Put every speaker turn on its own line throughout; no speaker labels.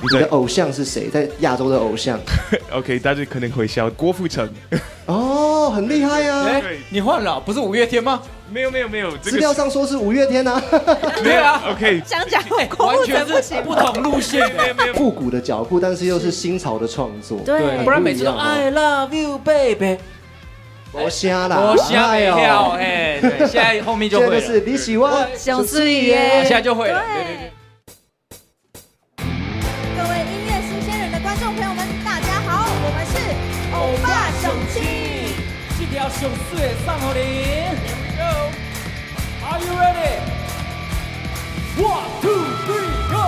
你的偶像是谁？在亚洲的偶像？
OK，大家可能会笑郭富城，
哦，很厉害啊！
哎
对，
你换了，不是五月天 吗？
没有没有没有，这
资料
个
上说是五月天啊，
对啊，
OK，
想讲
哎
郭
完
富
全
城不行
是不同路线的。
复古的脚步，但是又是新潮的创作。
对，
不然啊每次都
不一样哦
I love you baby，
我瞎啦，
我吓
哎
一
呦
跳，哎，对，现在后面就
现
会
在就
了，
是你喜欢
想思语
啊
耶
现在就会了，对对对
对。各位音乐新鲜人的观众朋友们，大家好，我们是欧巴熊七。
这条上水的送给你。Are you ready? One, two, three, go!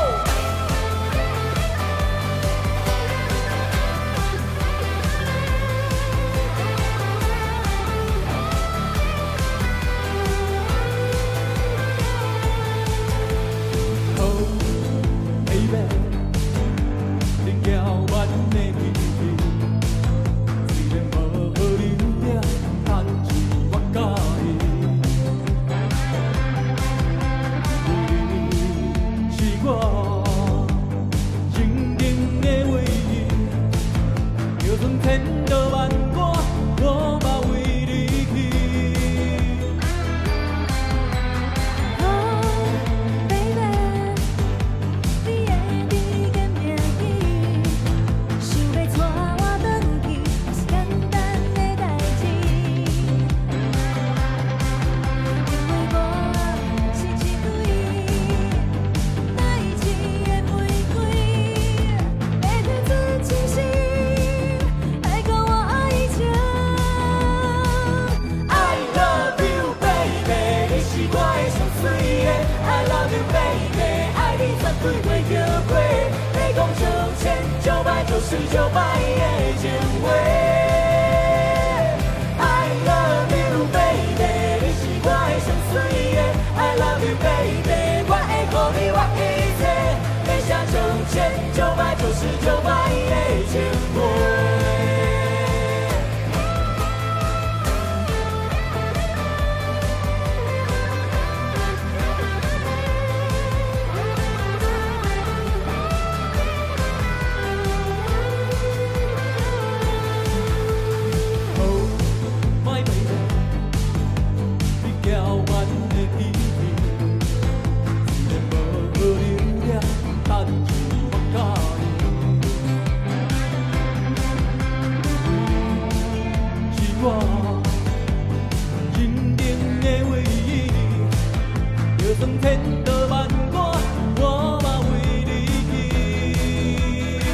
千刀万剐，我嘛为你去。I love you baby，你是我的上水的。I love you baby，爱你绝对袂后悔。你讲上千就歹就是就歹的情话。I love you baby，你是我的上水的。I love you baby，我会给你我一切。你写上千就歹就是就歹的情话。My baby，你交阮的秘密，一个无好能力，但是我甲你，是我认定的唯一，就算天道万般，我嘛为你去。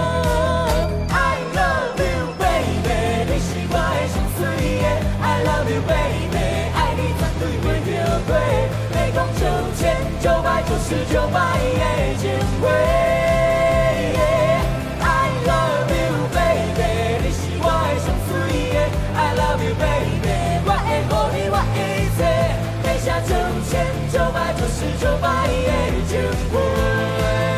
I love you baby，你是我的上水的。I love you baby，爱你绝对袂后悔。你讲上千就歹就是就歹的情话。I love you baby，你是我的上水的。I love you baby，我会给你我一切。你写上千就歹就是就歹的情话。Yeah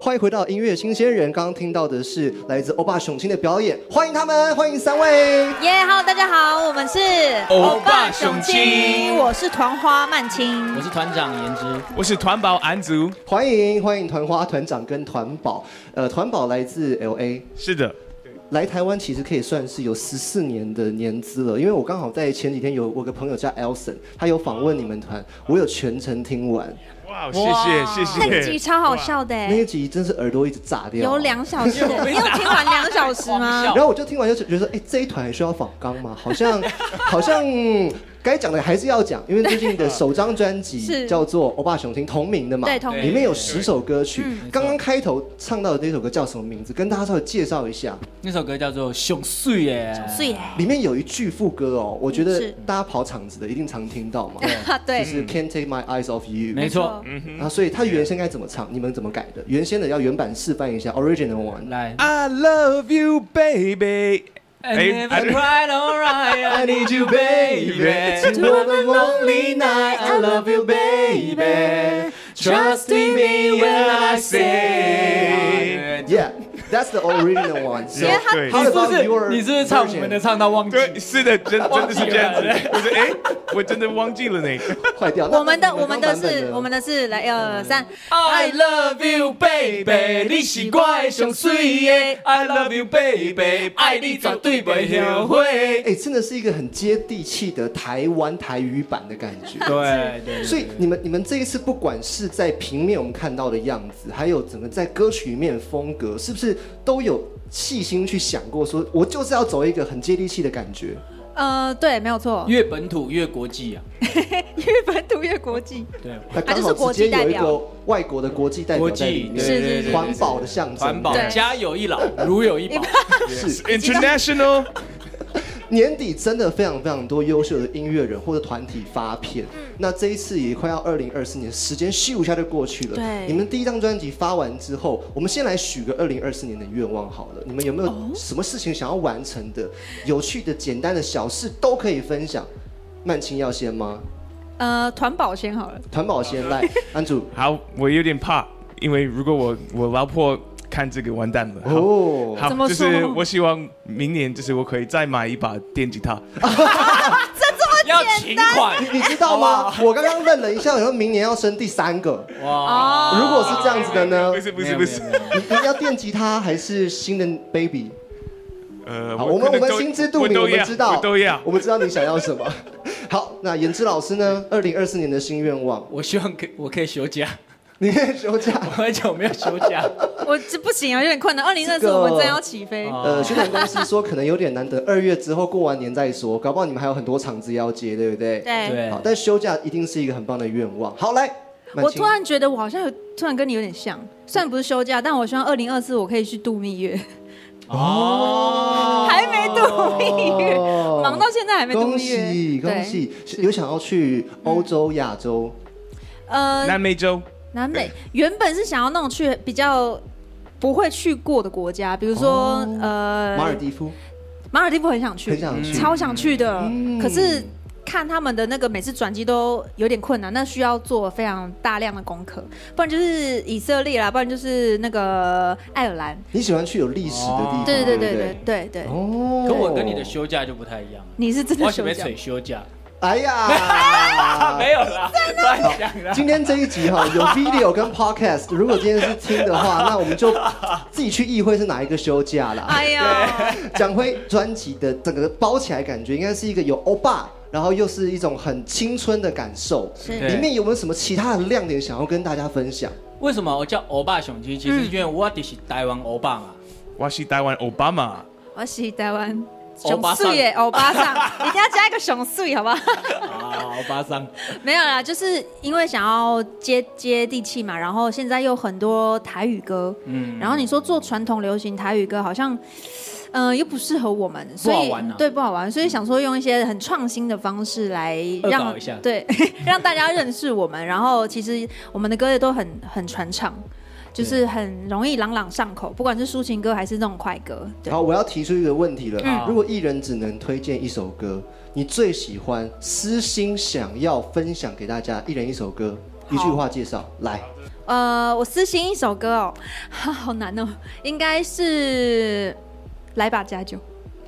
欢迎回到音乐新鲜人，刚刚听到的是来自欧巴熊青的表演，欢迎他们，欢迎三位。
耶，Hello，大家好，我们是
欧巴熊青
我是团花曼青，
我是团长颜值，
我是团宝安族，
欢迎欢迎团花团长跟团宝，呃，团宝来自 L A，
是的，
来台湾其实可以算是有十四年的年资了，因为我刚好在前几天有我有个朋友叫 Elson，他有访问你们团，我有全程听完
哇，谢谢
那
谢
一集
谢，
超好笑的欸，
那一集，真是耳朵一直炸掉。
有两小时，
有
你有听完两小时
狂
吗
笑？
然后我就听完就觉得说，哎、这一团还需要仿纲吗？好像好像该讲的还是要讲，因为最近的首张专
是
辑叫做《欧巴熊听》同名的嘛，
对同名
里面有十首歌曲。刚刚开头唱到的那首歌叫什么名字？跟大家稍微介绍一下。
那首歌叫做《熊碎耶》，
所以
里面有一句副歌哦，我觉得
是
大家跑场子的一定常听到嘛，
啊，
就
对，
是 Can't Take My Eyes Off You。
嗯没错。
啊，所以它原先该怎么唱？你们怎么改的？原先的要原版示范一下，original one。
来
I love you, baby。
，I never cried alright, I need you,
baby.
baby. To a lonely night, I love you, baby. Trust in me when I say.
Yeah, that's the original one. So
对对
how
你是不
about
是
your
你是不是唱我们的
version？
唱到忘记？
对，是的，真真
忘
的
记
是这样子
了对。
我说，哎，我真的忘记了呢。
坏掉？那
我们的
那
我们的
刚版本
是
呢
我们的是来一二三
I love you, baby，你是我的上水的。I love you, baby，爱你绝对袂后悔。
哎，真的是一个很接地气的台湾台语版的感觉。
对对
所以你们你们这一次不管是在平面我们看到的样子，还有整个在歌曲里面的风格，是不是都有细心去想过说，我就是要走一个很接地气的感觉？嗯
呃，对，没 有错，
越本土越国际啊。
越本土越国际，
对，
那刚
就是
好
国
直接
际代
有一个
表
外国的国际代表
国
在里
际
面，
对
是
对对，
环保的象征。
环保
对，
家有一老，如有一宝。
是
International，
年底真的非常非常多优秀的音乐人或者团体发片，那这一次也快要二零二四年，时间咻一下就过去了。
对
你们第一张专辑发完之后，我们先来许个二零二四年的愿望好了。你们有没有什么事情想要完成的？有趣的、简单的小事都可以分享。曼青要先吗？
呃，团保先好了，
团宝先来，安主。
好，我有点怕，因为如果我我老婆看这个，完蛋了。好
哦，
好
怎么
就
说
是我希望明年就是我可以再买一把电吉他。
要勤款
你知道吗？我刚刚愣了一下，我说明年要生第三个。
哦哇！
如果是这样子的呢
不？是不
没
是
有
不
没
是
有，没有
你你要电吉他还是新的 baby？
呃，
好，我
可
们我
能
们
都
心知肚明，
都
我们
要
知道，
我都要。
嗯
我们知道你想要什么。好，那颜值老师呢？二零二四年的新愿望，
我希望可以我可以休假，
你可以休假
我。很久没有休假。
我这不行啊，有点困难。二零二
这
四
个
我们正要起飞，
哦
呃，宣传公司说可能有点难得，二月之后过完年再说，搞不好你们还有很多场子要接，对不对？。
对，
对
好，，但休假一定是一个很棒的愿望。好，来，曼
我
青
突然觉得我好像有突然跟你有点像，虽然不是休假，但我希望二零二四我可以去度蜜月，
哦，
还没度蜜月， 忙到现在还没度
恭
蜜月。
喜
对
恭！喜，有想要去欧洲、亚洲？
呃，
南美洲，
南美原本是想要那种去比较不会去过的国家，比如说、
哦
呃
马尔蒂夫
马尔地夫很想呃去，
很想去，嗯
超想去的，可是。看他们的那个每次转机都有点困难，那需要做非常大量的功课，不然就是以色列啦，不然就是那个爱尔兰。
你喜欢去有历史的地方？
对对
哦对
对
不
对对对，
哦，
跟我跟你的休假就不太一样。
你是真
我
的
喜
休
欢
假
水？休假，啊
哎 呀，
没有啦，乱讲 啦。
今天这一集哈、有 video 跟 podcast，如果今天是听的话，那我们就自己去议会是哪一个休假啦。
哎呀，
讲回专辑的整个包起来，感觉应该是一个有欧巴，然后又是一种很青春的感受。
是
对
里面有没有什么其他的亮点想要跟大家分享？
为什么我叫欧巴熊鸡？其实因为我就是台湾欧巴 嘛。
我是台湾奥巴马。
我喜台湾
欧
熊
巴桑
素耶，欧巴 桑，一定要加一个熊素，好不好？
啊，欧巴桑。
没有啦，就是因为想要接接地气嘛，然后现在又很多台语歌，
嗯
然后你说做传统流行台语歌好像，嗯、又不适合我们，所
不好
以
玩啊
对不好玩，所以想说用一些很创新的方式来
恶搞
让
一下
对 让大家认识我们，然后其实我们的歌也都很很传唱。就是很容易朗朗上口，不管是抒情歌还是那种快歌，对，
好，我要提出一个问题了。
嗯
如果艺人只能推荐一首歌，你最喜欢、私心想要分享给大家，一人一首歌，一句话介绍，来。
呃，我私心一首歌哦， 好难哦，应该是《来吧加酒》。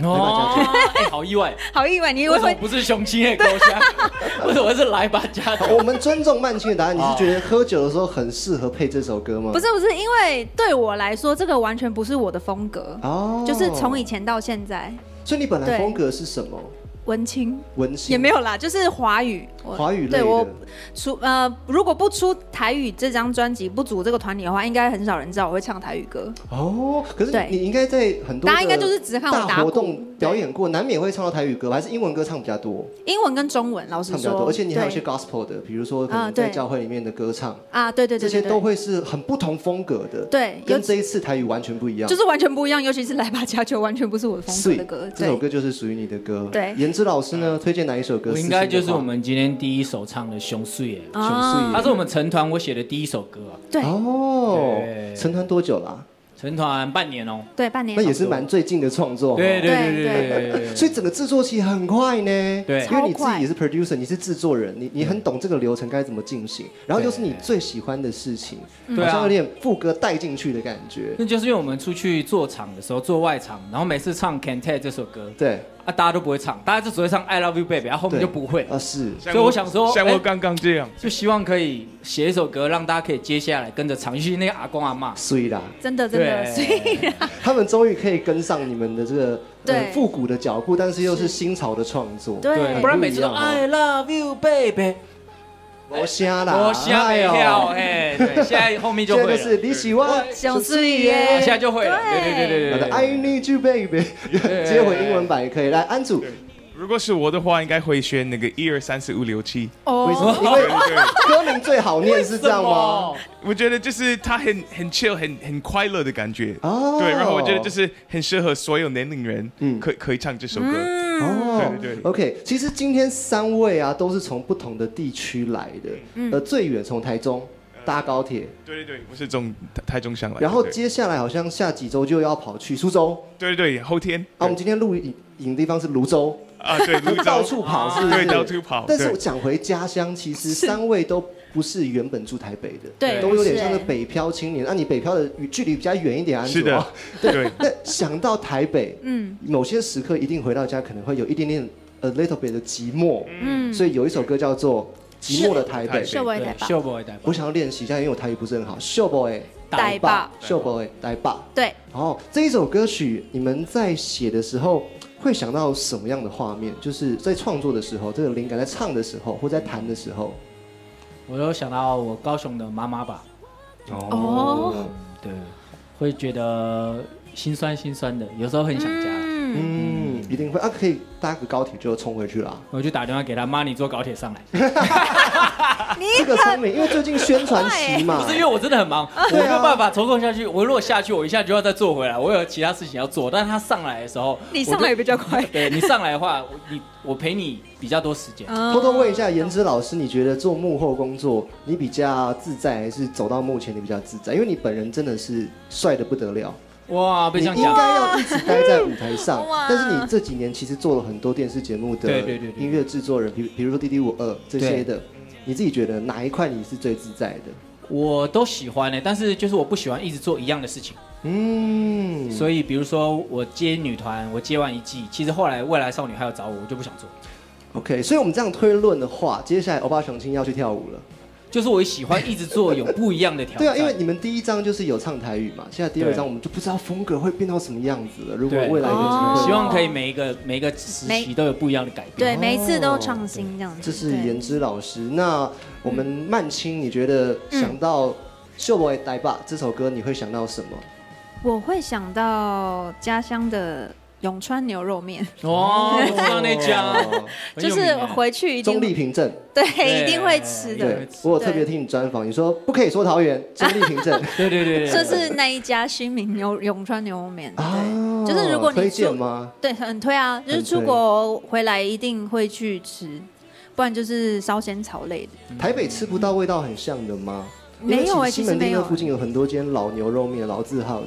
哦，哎好意 外，
好意外，你以
为
为
什么
会
不是雄鸡的国家？ 为什么是来吧家
好
的？
我们尊重曼青的答案。你是觉得喝酒的时候很适合配这首歌吗？
不是不是，因为对我来说，这个完全不是我的风格，
哦
就是从以前到现在，
所以你本来
对
风格是什么？
文青
文青
也没有啦，就是华语，我
华语类
对
的
我除呃，如果不出台语这张专辑，不组这个团体的话，应该很少人知道我会唱台语歌。
哦，可是
对
你应该在很多
大家应该
的
就是只看我打
大活
鼓
动表演过，难免会唱到台语歌吧，还是英文歌唱比较多，
英文跟中文，老实
唱比较
说，
多，而且你还有一些
对
gospel 的，比如说可
啊
能
对
在教会里面的歌唱，
啊，对对
这
对
些
对
都
对，
会是很不同风格的，
对尤
跟
其
这一次台语完全不一样。
就是完全不一样，尤其是《来吧加球》，完全不是我的风格
所以
的歌。
这首歌
对，
就是属于你的歌。
对
颜值老师呢，推荐哪一首歌？
我应该
私信的
就
话
是我们今天第一首唱的《熊碎》耶，
啊
它是我们成团我写的第一首歌啊，
对
哦
对，
成团多久啦？
成团半年哦。
对，半
那
年
也是蛮最近的创作。
对对对
对
对对对，
所以整个制作期很快呢，
对
因为你自
超快
己也是 producer，你是制作人，你你很懂这个流程该怎么进行，然后又是你最喜欢的事情，好
对啊
像有点副歌带进去的感觉，
那就是因为我们出去做场的时候，做外场，然后每次唱《Can Take》这首歌，
对，
啊，大家都不会唱，大家就只会唱《I Love You Baby》，然后后面
对
就不会，
啊是，
像
呃所以我想说
像我
哎
刚刚这样，
就希望可以写一首歌，让大家可以接下来跟着唱，尤其那个阿公阿妈，
虽啦，
真的真的，所以
对，
他们终于可以跟上你们的这个呃
对
复古的脚步，但是又是新潮的创作，
对，不然每次都
不一样哦
I Love You Baby，
我瞎啦，
我吓一
哎
跳，
呦
哎，对，现在后面就
现在
会
就
了，
是你喜欢。
小四爷
现在就会了，对对对对
好的
对对
，I need you baby，接 回英文版也可以。来，安祖，
如果是我的话，应该会选那个一二三四五六七。
为什么？
哦，
因
对
为
对对
歌名最好念是这样吗？？
我觉得就是他很很 chill，很很快乐的感觉。
哦嗯
对，然后我觉得就是很适合所有年龄人，可以可以唱这首歌。
嗯
嗯
哦，
对对
OK，其实今天三位啊都是从不同的地区来的，
嗯
呃，最远从台中搭高铁，
对对对，我是从台台中上来的。
然后
对
接下来好像下几周就要跑去苏州
对对对，后天
啊。我们今天录影影的地方是泸州，
啊， 对，泸州
到处跑是不
对
是？
到处跑。
但是
对
我讲回家乡，其实三位都不是原本住台北的，
对
都有点像是
不是
北漂青年。那、啊你北漂的距离比较远一点，安祖
是的
哦，
对
那想到台北，
嗯
某些时刻一定回到家，可能会有一点点 a little bit 的寂寞，
嗯，
所以有一首歌叫做《寂寞的台北》。
社会台
对，
吧，
秀博代
我想要练习一下，因为我台语不是很好。秀 boy，
台吧，
秀 boy，台霸。
对，
然后这一首歌曲，你们在写的时候会想到什么样的画面？就是在创作的时候，这个灵感在唱的时候，或在弹的时候。
我都想到我高雄的妈妈吧，
哦，
对，会觉得心酸心酸的，有时候很想家。
嗯，
嗯，一定会啊，可以搭个高铁就冲回去啦。
我就打电话给他妈，你坐高铁上来。
这个聪明，因为最近宣传期嘛
欸
不，是因为我真的很 忙，我没
对啊
有办法抽空下去。我如果下去，我一下就要再坐回来，我有其他事情要做。但是他上来的时候，
你上来
我
也比较快
就，对你上来的话，我你我陪你比较多时间。
偷偷问一下颜之老师，你觉得做幕后工作你比较自在，还是走到幕前你比较自在？因为你本人真的是帅的不得了，
哇，被
你
这样
应该
讲，
要一直待在舞台上
哇。
但是你这几年其实做了很多电视节目的
对对对对
音乐制作人，比如比如说《滴滴五二》这些的，你自己觉得哪一块你是最自在的？
我都喜欢呢、欸但是就是我不喜欢一直做一样的事情。
嗯，
所以比如说我接女团，我接完一季，其实后来未来少女还有找我，我就不想做。
OK，所以我们这样推论的话，接下来欧巴雄青要去跳舞了。
就是我喜欢一直做有不一样的挑
对
战。
啊，因为你们第一章就是有唱台语嘛，现在第二
对
章我们就不知道风格会变到什么样子了。如果
对
未来有
哦
机
希
会，
望可以每一个每一个时期
每
都有不一样的改变。
对，每一次都创新这样子，
哦这是
对
颜之老师。那我们
嗯
曼青，你觉得想到《秀博的呆吧》这首歌，你会想到什么？
我会想到家乡的永川牛肉面，
哦，我知道那家，
啊
很
就
有名
是
欸
回去一定
中立凭证，
对
对
一定会吃
对
的，
对我有特别
对
听你专访，你说不可以说桃园，中立凭 证
对对对对，
就
对
是那一家新民牛永川牛肉面，
啊
对，就是如果你
推荐
出
吗？
对，很推啊，就是出国回来一定会去吃，不然就是烧仙草类的。
台北吃不到味道很像的吗？因为
没有哎、
其
其
实西
实
门
没
町
有
那附。近有很多间老牛肉面，老字号的，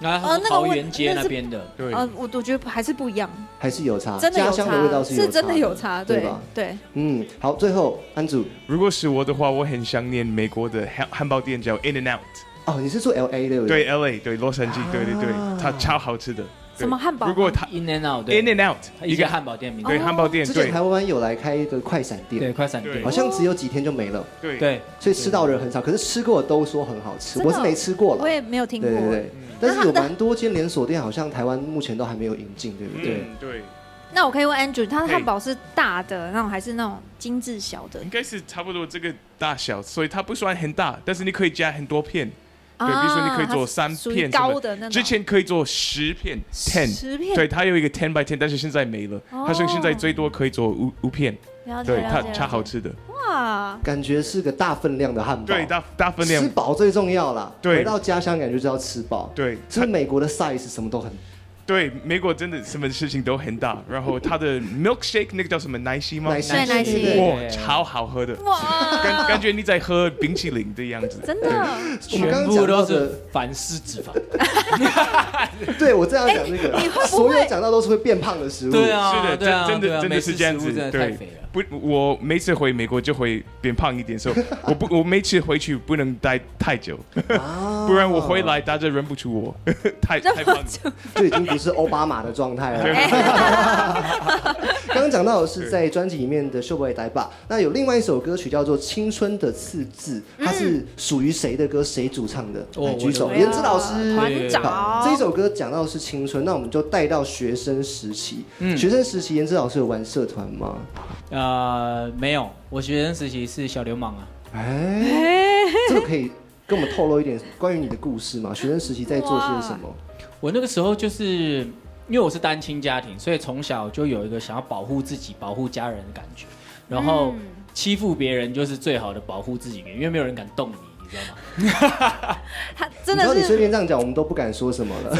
然后
哦那个
桃
我
园街
那
那
是
边的，
对
呃，我我觉得还是不一样，
还是有差，
真的
啊家
有
乡的味道
差，
是有差，
真的有差，
对
对
吧？
对，
嗯，好，最后安祖，
如果是我的话，我很想念美国的汉汉堡店叫 In and Out。
哦，你是住 L A 对不
对
对？
，L A，对，洛杉矶，对对对，它超好吃的。对
啊什么汉堡
如果它
In and Out，
In
对，
and Out
一
一
个
个
汉堡店名，
哦
对汉堡店，
之
对
前台湾有来开一个快闪
对，
店，
快闪店
对
好，像只有几天就没了，
对
对，
所以吃到的人很少。可是吃过的都说很好吃，
真的哦
我是没吃过了
我。也没有听
对
过。嗯
对对，但是有蛮多间连锁店，好像台湾目前都还没有引进，对不对？
嗯对，
那我可以问 Andrew，他的
嘿
汉堡是大的那种还是那种精致小的
应？该是差不多这个大小，所以它不算很大，但是你可以加很多片。对，比如说你可以做三
啊它是属于
片什么
高的那种，
之前可以做十片 ten，
十片
对，它有一个 ten by ten，但是现在没了，
哦
它说现在最多可以做五五片，
了解
对，
了
它
解
超好
了解
吃的，
哇，
感觉是个大分量的汉堡。
对，大大分量
吃，饱最重要啦。
对
回到家乡感觉就要吃饱。，
对，
是不是美国的 size 什么都很
对，美国真的什么事情都很大，然后它的 milkshake 那个叫什么奶昔吗？
奶昔
对奶昔
对
哇，超好喝的，感感觉你在喝冰淇淋的样子，
真的
我们刚
全
刚
部
讲到的
都是，反式脂肪。
对我这样讲那
哎你会不会
个，所有讲到都是会变胖的食物。
对啊，
是的，
对啊，
真真
对啊
的真的
美式
是这样
食物
子
真的，太
对
肥了。，
不，我每次回美国就会变胖一点，所以我不，我每次回去不能待太久，
啊
哦
不然我回来大家认不出我， 太太胖了。
就已经不是奥巴马的状态了。刚刚讲到的是在专辑里面的《秀不呆吧》，那有另外一首歌曲叫做《青春的刺字》，
嗯
它是属于谁的歌？谁主唱的？
哦
来举手，
我
颜值老师。
呃团
好
长
这首歌讲到的是青春，那我们就带到学生时期。
嗯
学生时期，颜值老师有玩社团 吗？
呃，没有，我学生时期是小流氓啊。
哎，这个可以跟我们透露一点关于你的故事吗？学生时期在做些什么？
我那个时候就是因为我是单亲家庭，所以从小就有一个想要保护自己、保护家人的感觉。然后欺负别人就是最好的保护自己的，因为没有人敢动你，你知道吗？
他真
你知道
的
你随
是
便这样讲，我们都不敢说什么了。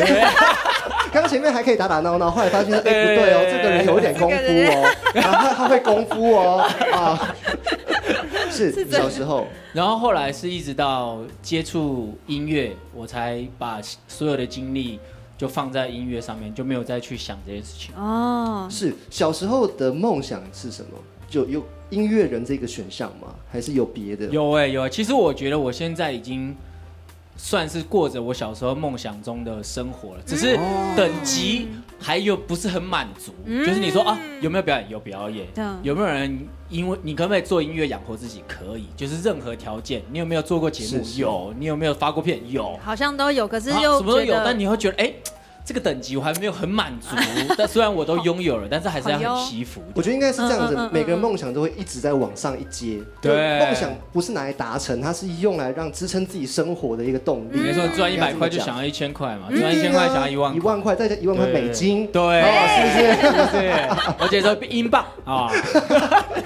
刚刚前面还可以打打闹闹，后来发现哎、不对哦，这个人有一点功夫哦， 然后他会功夫哦啊，是小时候
然后后来是一直到接触音乐，我才把所有的精力就放在音乐上面，就没有再去想这些事情。
哦，
是小时候的梦想是什么？就有音乐人这个选项吗？还是有别的？
有哎、有、欸，其实我觉得我现在已经算是过着我小时候梦想中的生活
嗯
了，只是
哦
等级还有不是很满足。就是你说啊，有没有表演？有表演
嗯。
有没有人因为你可不可以做音乐养活自己？可以，就是任何条件。你有没有做过节目？
是是
有。你有没有发过片？有。
好像都有，可是
啊
又
什么都
觉
有，
得
但你会觉得哎。这个等级我还没有很满足， 但虽然我都拥有了，但是还是要
好
很
哟
惜福的。
我觉得应该是这样子，
嗯嗯嗯嗯
每个人梦想都会一直在往上一阶。
对
梦想不是拿来达成，它是用来让支撑自己生活的一个动力。
你说赚一百
嗯
块就
应该这么讲
想要一千块嘛，赚一千块想要一万
一
块，
万块，再加一万块美金，
对，
哦，
是不是？而且说英镑 啊，
是不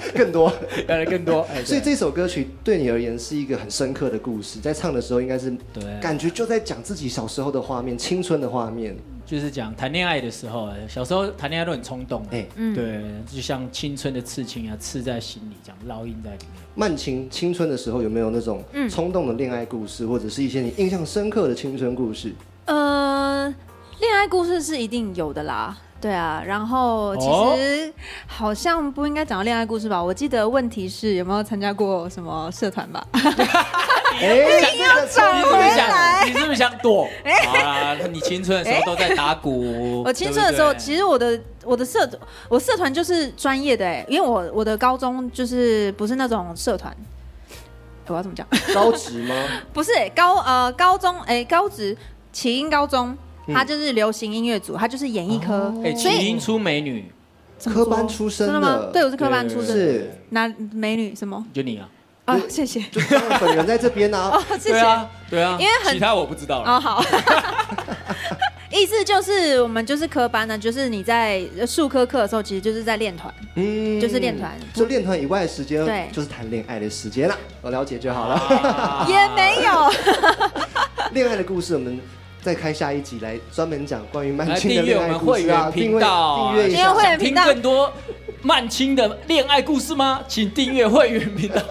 是更多？
带来更多。哎
所以
对
这首歌曲对你而言是一个很深刻的故事，在唱的时候应该是
对
感觉就在讲自己小时候的画面、青春的画面。
就是讲谈恋爱的时候，小时候谈恋爱都很冲动，
哎
哎，
嗯
对，就像青春的刺青啊，刺在心里，这样烙印在里面。
曼青青春的时候有没有那种
嗯
冲动的恋爱故事，或者是一些你印象深刻的青春故事？
呃，恋爱故事是一定有的啦。对啊，然后其
哦
实好像不应该讲到恋爱故事吧？我记得问题是有没有参加过什么社团吧？
哎，这个
你是不是想？你是不是想躲？啊，你青春的时候都在打鼓。
哎 我青春的时候，其
实
实我的我的社我社团就是专业的哎、因为我我的高中就是不是那种社团，我要怎么讲？
高职吗？
不是、欸、高呃高中哎、欸高职起因高中，
嗯
它就是流行音乐组，它就是演艺科，
哎，
所
起
以
因出美女，
怎么说
科班出身的
真的吗？对，我是科班
对
出身的，
是，
哪美女什么
就你啊。
啊？谢 谢
就当然本人在这边啊
哦，，谢
对
谢。
啊，对啊，
因为很
其他我不知道了。
哦，好。 意思就是我们就是科班呢，啊就是你在呃数科课的时候，其实就是在练团，
嗯，
就是练团
就练团以外的时间，
对
就是谈恋爱的时间啦。我了解就好了。
啊
也没有。
恋爱的故事，我们再开下一集来专门讲关于曼
来
青的
订阅
恋
我
爱
们
故
会
事啊，
员
订
频
阅
道
订
啊，
阅一
订阅
下。
会员
听
频道
更多曼青的恋爱故事吗？请订阅会员频道。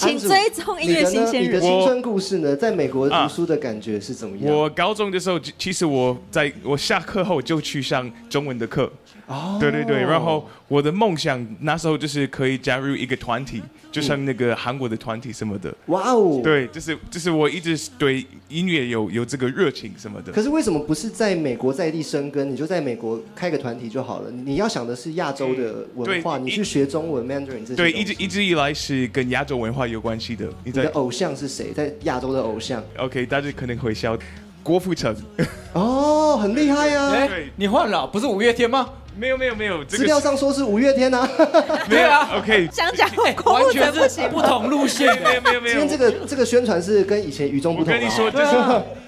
请
安祖
追踪音乐新鲜
你的呢你的
人
青春故事呢，在美国读书的感觉是怎么样？
我高中的时候，其其实我在我下课后就去上中文的课。哦，对对对，然后我的梦想那时候就是可以加入一个团体，就像那个韩国的团体什么的。
哇哦，。
对，就是就是我一直对音乐有有这个热情什么的
可。是为什么不是在美国在地生根？你就在美国开个团体就好了。你要想的是亚洲的文化，
对
你
一
去学中文 Mandarin 这些东西。
对，一直一直以来是跟亚洲文化有关系的。你
你
在
的偶像是谁？在亚洲的偶像
OK，大家可能会笑，郭富城。
哦，很厉害啊！
哎，你换了，不是五月天吗？
没有没有没有，这
资
个
料
是
上说是五月天啊，
没有
啊
OK，
想讲
完
哭
全
着不
是
行
不同路线
没
的
有。没有没
今
有
天，这个这个宣传是跟以前与众不
我
同
跟
的
你
啊。
说，这是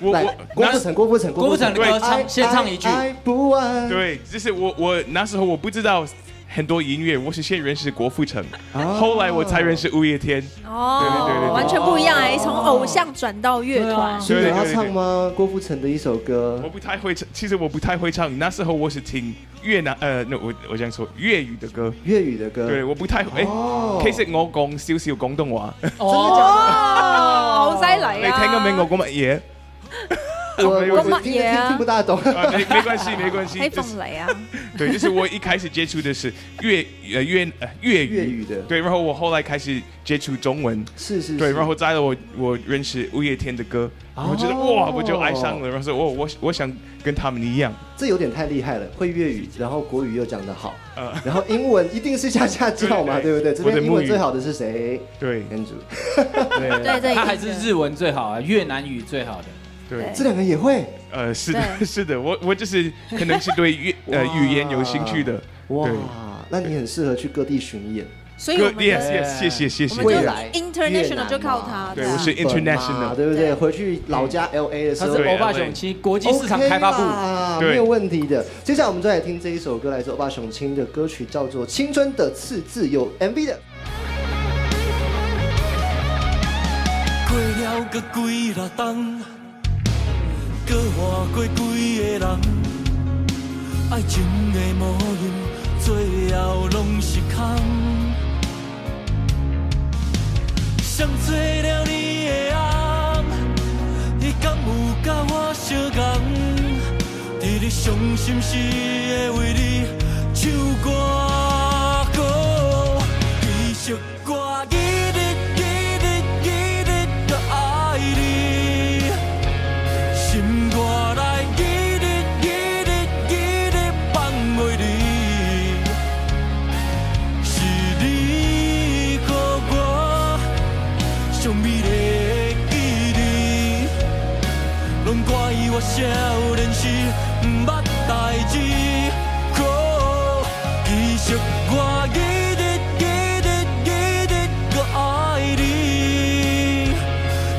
我
来
我
郭富城，郭富城，
郭富城的
对
歌
爱
唱先唱一句，
爱爱不完。
对，就是我我那时候我不知道很多音乐，我是先认识郭富城，
啊
后来我才认识五月天。对对对
哦
对，
完全不一样哎，从偶像转到乐团，
所以
对
有
对
要
对
唱吗？郭富城的一首歌
我，不太会唱，其实我不太会唱。那时候我是听越南呃，那我我这样说粤语的歌。
粤语的歌。
对，我不太會。
呃哦
誒其實我講少少廣東話，
啊
哦，好犀
你
利
聽
哎
啊！
緊明我講乜嘢？
我
没有
我
我
只
妈
听
耶
听
啊
听不大懂。
啊，没没關係，沒關
黑
係。就是
凤雷啊，
对，就是我一开始接觸的是粵呃粵呃粵
粤
語，
语的，
對，然後我後來開始接觸中文，
是是。
对，
是
然后再来我我认识五月天的歌，然后觉得
哦
哇，我就爱上了，然后说我我我想跟他们一样，
这有点太厉害了，会粤语，然后国语又讲得好
呃，
然后英文一定是下下叫嘛，对
对
不对？
对对
这
我的
边英
母
文
语
最好的是谁？
对
男主，
对
对对，
他还是日文最好啊，越南语最好的。
对，
这两个也会。
呃，是的，
对
是的，我我就是可能是对 语呃
哇
语言有兴趣的，
哇
对，
那你很适合去各地巡演。
所以
歌
我们
yes
的
yes 谢谢谢
我
谢
们，就
未来越南
international
嘛
就靠他，
对
啊
我是
日本嘛
international
对不对？
对
回去老家 L A 的时
嗯他
候
是，
对
欧巴
LA
熊七国际市场开发
OK
部。
啦
对
没有问题的。接下来我们就来听这一首歌，来自欧巴熊青的歌曲，叫做《青春的刺字》，有 MV 的。
过了搁几若冬，搁换过几个人，爱情的模样，最后拢是空。谁做了你的暗，你敢有甲我相共？伫你伤心时会为你唱歌歌，其实我日日日日日日都爱你，心肝内日日日日日日放袂离。是你给我上美丽的记忆，拢怪我少年时毋捌代志。可其实我日日日日日日搁爱你，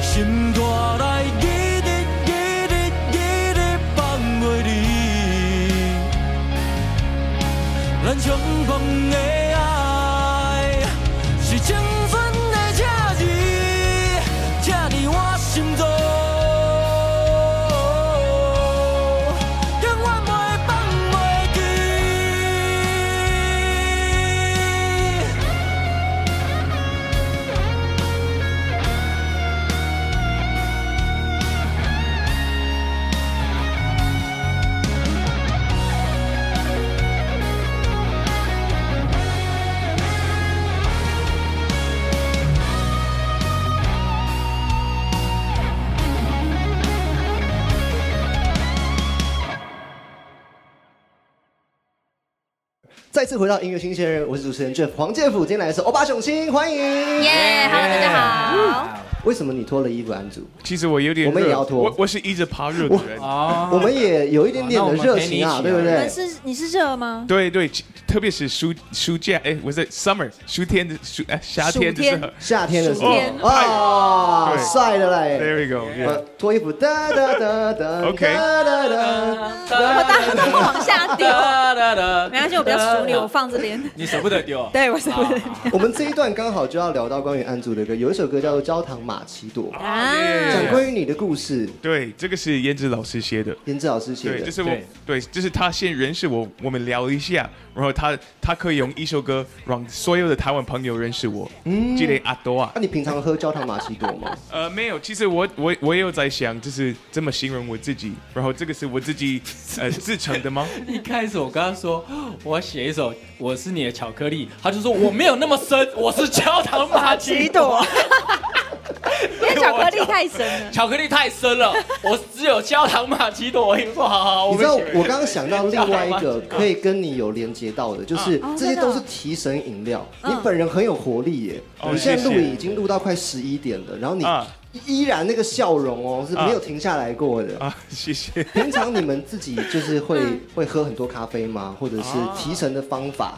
心肝内日日日日日日放袂离。咱相碰的爱，是青春的赤字，赤伫我心中，永远袂放袂记。
再次回到音乐新鲜人，我是主持人 Jeff 黄建甫，今天来的是欧巴熊青，欢迎。
耶，Hello，大家好。
为什么你脱了衣服，安祖？
其实我有点
我们也
热
要脱
我我是一直爬热的人，
哦
我们也有一点点的热情啊，
哦
对
那
不
我们陪你一起啊
你
对
们？是你是热吗？
对对，其特别是暑暑假，哎，我在 summer 暑天的暑哎夏天的时候
夏天的时候
暑天哦
啊，
对
帅的嘞！
，there we go，
呃
yeah，
脱衣服，哒哒哒哒
OK
哒哒
啊
哒。
我当然都往下丢，
哒哒哒
没关系，我比较淑女，我放这边。
你舍不得丢。
对，我是不是
我们这一段刚好就要聊到关于安祖的歌，有一首歌叫做《焦糖玛奇朵》，
嗯
啊？
讲关于你的故事，
对，这个是胭脂老师写的。
颜志老师写
对，
的
就。是我，对，就是他先认识我，我们聊一下，然后他他可以用一首歌让所有的台湾朋友认识我。嗯，记得阿多啊
那、，你平常喝焦糖玛奇朵 吗？
呃，没有，其实我我我也有在想，就是这么形容我自己，然后这个是我自己呃自成的吗？
一开始我跟他说我要写一首《我是你的巧克力》，他就说我没有那么深，我是焦糖玛奇
啊
朵，
因为巧克力太深了。
巧克力太深了，我只有焦糖玛奇朵。我说好好好，
你
我
知
们
道
写
我刚刚想到另外一个可以跟你有连接到的，就是
哦
这些都是提神饮料。你
嗯
本人很有活力耶！
哦
你现在录
谢谢
影已经录到快十一点了，然后你
啊
依然那个笑容哦是没有停下来过的。
啊，谢谢。
平常你们自己就是会、
嗯
会喝很多咖啡吗？或者是
啊
提神的方法？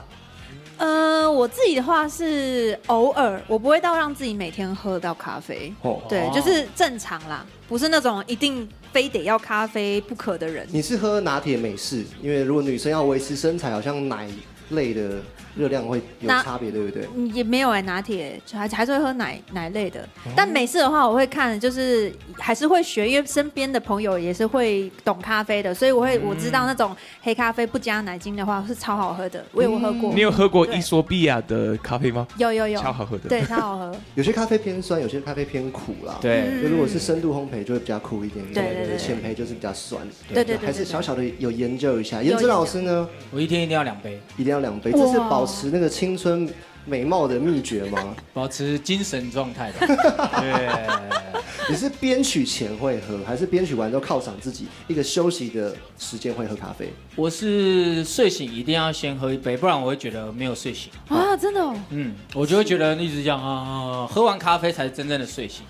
呃，我自己的话是偶尔，我不会到让自己每天喝到咖啡，
哦，
对，就是正常啦，不是那种一定非得要咖啡不可的人。
你是喝拿铁美式，因为如果女生要维持身材，好像奶类的热量会有
拿
差别，对不对？
嗯也没有哎、拿铁就还还是会喝奶奶类的，
哦
但美式的话，我会看，就是还是会学，因为身边的朋友也是会懂咖啡的，所以我会、
嗯
我知道那种黑咖啡不加奶精的话是超好喝的，我有喝过，
嗯你有喝过
对
伊索比亚的咖啡吗？
有有有，
超好喝的。
对，超 好喝，
有些咖啡偏酸，有些咖啡偏苦啦。。
对，
就如果是深度烘焙，就会比较苦一点点；
对对对对
浅焙就是比较酸。
对对对对
还是
对
小小的有研究一下。
有
颜之老师呢，
我一天一定要两杯，
一定要两杯，
哇
这是保持那个青春美貌的秘诀 吗？
保持精神状态的。 对，
你是编曲前会喝，还是编曲完之后犒赏自己一个休息的时间会喝咖啡？
我是睡醒一定要先喝一杯，不然我会觉得没有睡醒。
啊，真的、哦，
嗯，我就会觉得一直这样啊啊，啊喝完咖啡才是真正的睡 醒。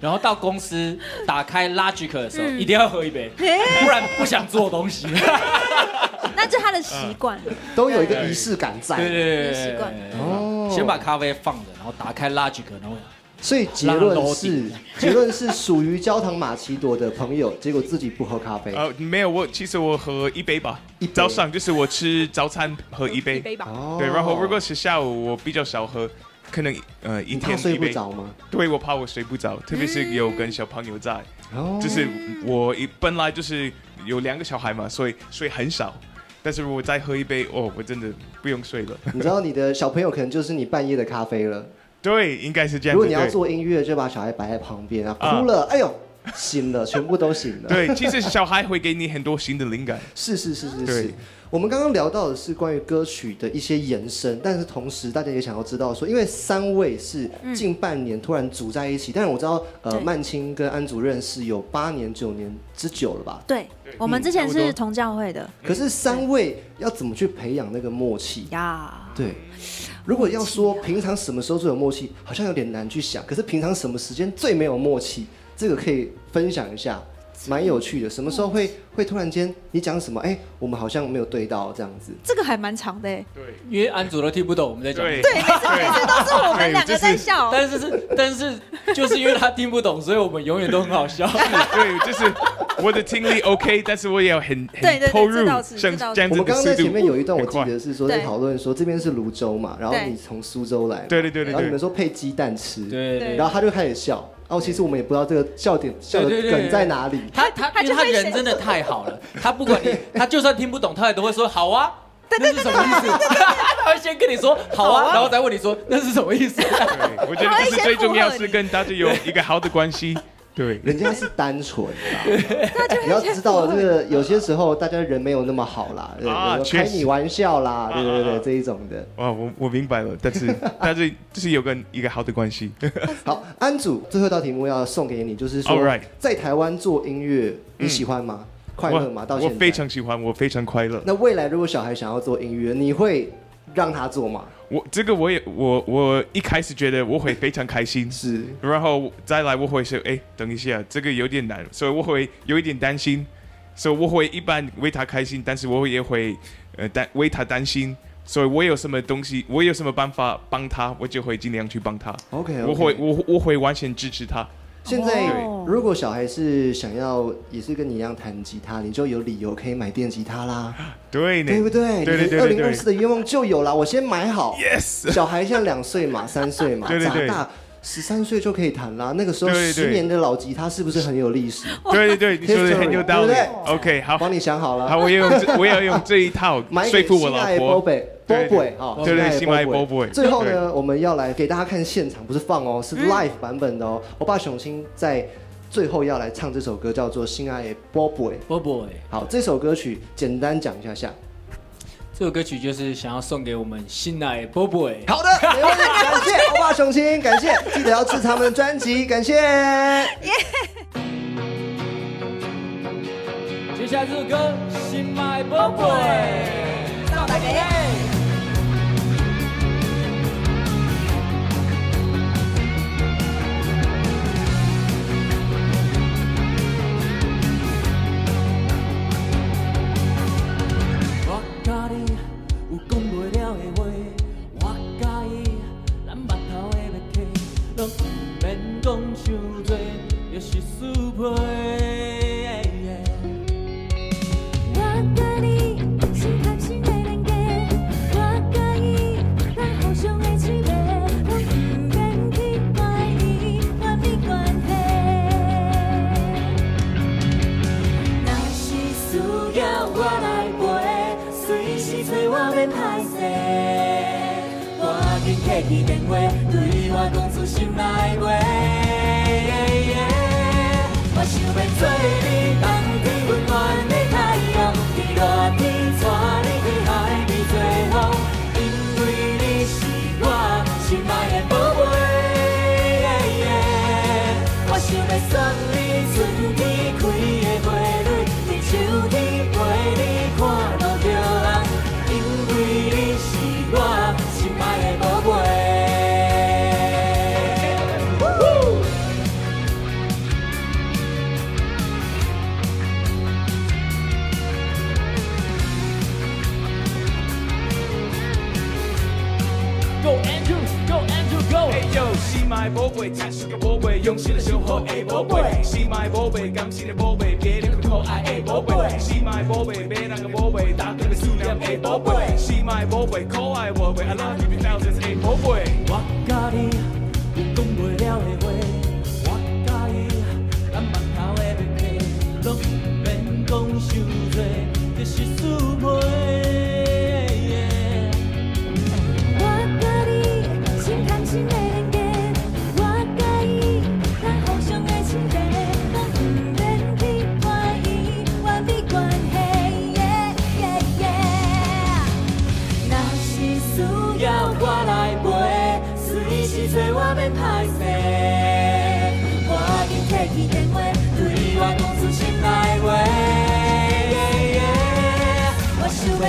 然后到公司打开 Logic 的时候，
嗯
一定要喝一杯，不然不想做东 西。
嗯
那这是他的习惯，
都有一个仪式感在。
对对
有习
对
惯
对，
哦
先把咖啡放着，然后打开 Logic，然后
所以结论是，结论是属于焦糖玛奇朵的朋友，结果自己不喝咖啡。
呃，没有，我其实我喝一杯吧
一，杯
早上就是我吃早餐喝一杯，
吧。
哦
对，然后如果是下午我比较少喝，可能呃一
你怕
天
睡
一
不
杯，
着吗？
对我怕我睡不着，特别是有跟小朋友在，
哦，
就是我一本来就是有两个小孩嘛，所以睡很少，但是如果再喝一杯，哦，我真的不用睡了，
你知道你的小朋友可能就是你半夜的咖啡了。
对，应该是这样
如果
子，
你要
对
做音乐，就把小孩摆在旁边啊，哭了，哎呦，醒了，全部都醒了。，
对，其实小孩会给你很多新的灵感，
是是是是
对
是。我们刚刚聊到的是关于歌曲的一些延伸，但是同时大家也想要知道说，因为三位是近半年突然组在一起，但是我知道呃，
对
曼青跟安祖认识有八年九年之久了吧？
对，
嗯
我们之前
差不
是
多
同教会的
可是三位要怎么去培养那个默契？
呀，
对，如果要说平常什么时候最有默契，好像有点难去想。可是平常什么时间最没有默契？这个可以分享一下，蛮有趣的。什么
嗯
时候会会突然间你讲什么？哎、我们好像没有对到这样
嗯
子。
这个还蛮长的欸诶，
对
因为安祖都听不懂我们在讲什么。
哦
对
这都是我们 两
对
个
就是
在笑。
但是是，但是就是因为他听不懂，所以我们永远都很好 笑。
对，就是我的听力 OK，但是我也要很
对对
很
对
投入
知道，是
像
知道是
这样
我
子
们
的
刚刚
速
在
度。
前面有一段，我
很
记
快
得是说
对
在讨论说这边是泸州嘛，然后
对
你从苏州来嘛，
对对对对
然后
对
你们说配鸡蛋吃，
对对
然后他就开始笑。哦，其实我们也不知道这个笑点笑的
对对对
梗在哪里。
他他因为他人真的太好了，他不管你，他就算听不懂，他也都会说好啊。那是什么意思？他会先跟你说好啊，然后再问你说那是什么意思？
对，我觉得就是最重要是跟大家有一个好的关系。对，
人家是单纯啦， 你要知道这个有些时候大家人没有那么好啦，对
啊
对对
确
开
实
你玩笑啦，对对
啊
对
啊啊
这一种的。
哇，我我明白了，但是但是就是有个一个好的关系。
好，安祖最后一道题目要送给你，就是说
Alright
在台湾做音乐你喜欢吗？快乐吗？到
嗯我
现在
非常喜欢，我非常快乐。
那未来如果小孩想要做音乐，你会让他做吗？
我这个我也我我一开始觉得我会非常开心，
是
然后再来我会说，哎，等一下，这个有点难，所以我会有一点担心，所以我会一般为他开心，但是我也会呃担为他担心，所以我有什么东西，我有什么办法帮他，我就会尽量去帮他。
OK，
我会我我会完全支持他。
现在
哦
如果小孩是想要也是跟你一样弹吉他，你就有理由可以买电吉他啦，
对呢，
对不对？
对对对
二
对
零
对
二四的愿望就有啦，我先买好。
，yes，
小孩现在两岁 嘛，三岁嘛，
对对
长
对
大十三岁就可以弹啦。那个时候
对对哦
十年的老吉他是不是很有历史？
对对对，你说的很有道理
对。
OK，好，
帮你想好了，
好，我也用这，我也要用这一套
买
说
给
服我
心爱
老
的 b o
婆。
b
对
b o y 哈，
对对
心爱的
心爱的
Boboy
Boboy
最后呢，我们要来给大家看现场，不是放哦，
嗯
是 live 版本的哦。我爸熊星在最后要来唱这首歌，叫做《心爱的 b o b o y
波波哎，
好，这首歌曲简单讲一下下。
这首歌曲就是想要送给我们新爱波波哎。
好的，没问题， 感谢欧巴熊星，感谢，记得要吃他们的专辑，感谢。
接下来这首歌《新爱波波哎》，送给你。
心爱的宝贝，
陪。
若个你是合心的人家，我佮意，咱互相的滋味，我不免去怪伊，我没关系。若是需要我来陪，随时找我要歹势。我紧摕起电话，对我讲出心内话。我想要做你当天温暖的太阳，伫热天带你去海边做风，因为你是我心内的宝贝。我想要送你春天开的花蕊，伫秋天陪你看落着红，因为你是我心爱的宝贝。
Go Andrew, go Andrew, go.
哎呦，是卖宝贝，才是个宝贝，用心的守护哎宝贝，是卖宝贝，感谢的宝贝，别人的可爱哎宝贝，是卖宝贝，别人的宝贝，打开的数量哎宝贝，是卖宝贝，可爱宝贝，I love you thousands 哎宝贝。
我甲你有讲袂了的话，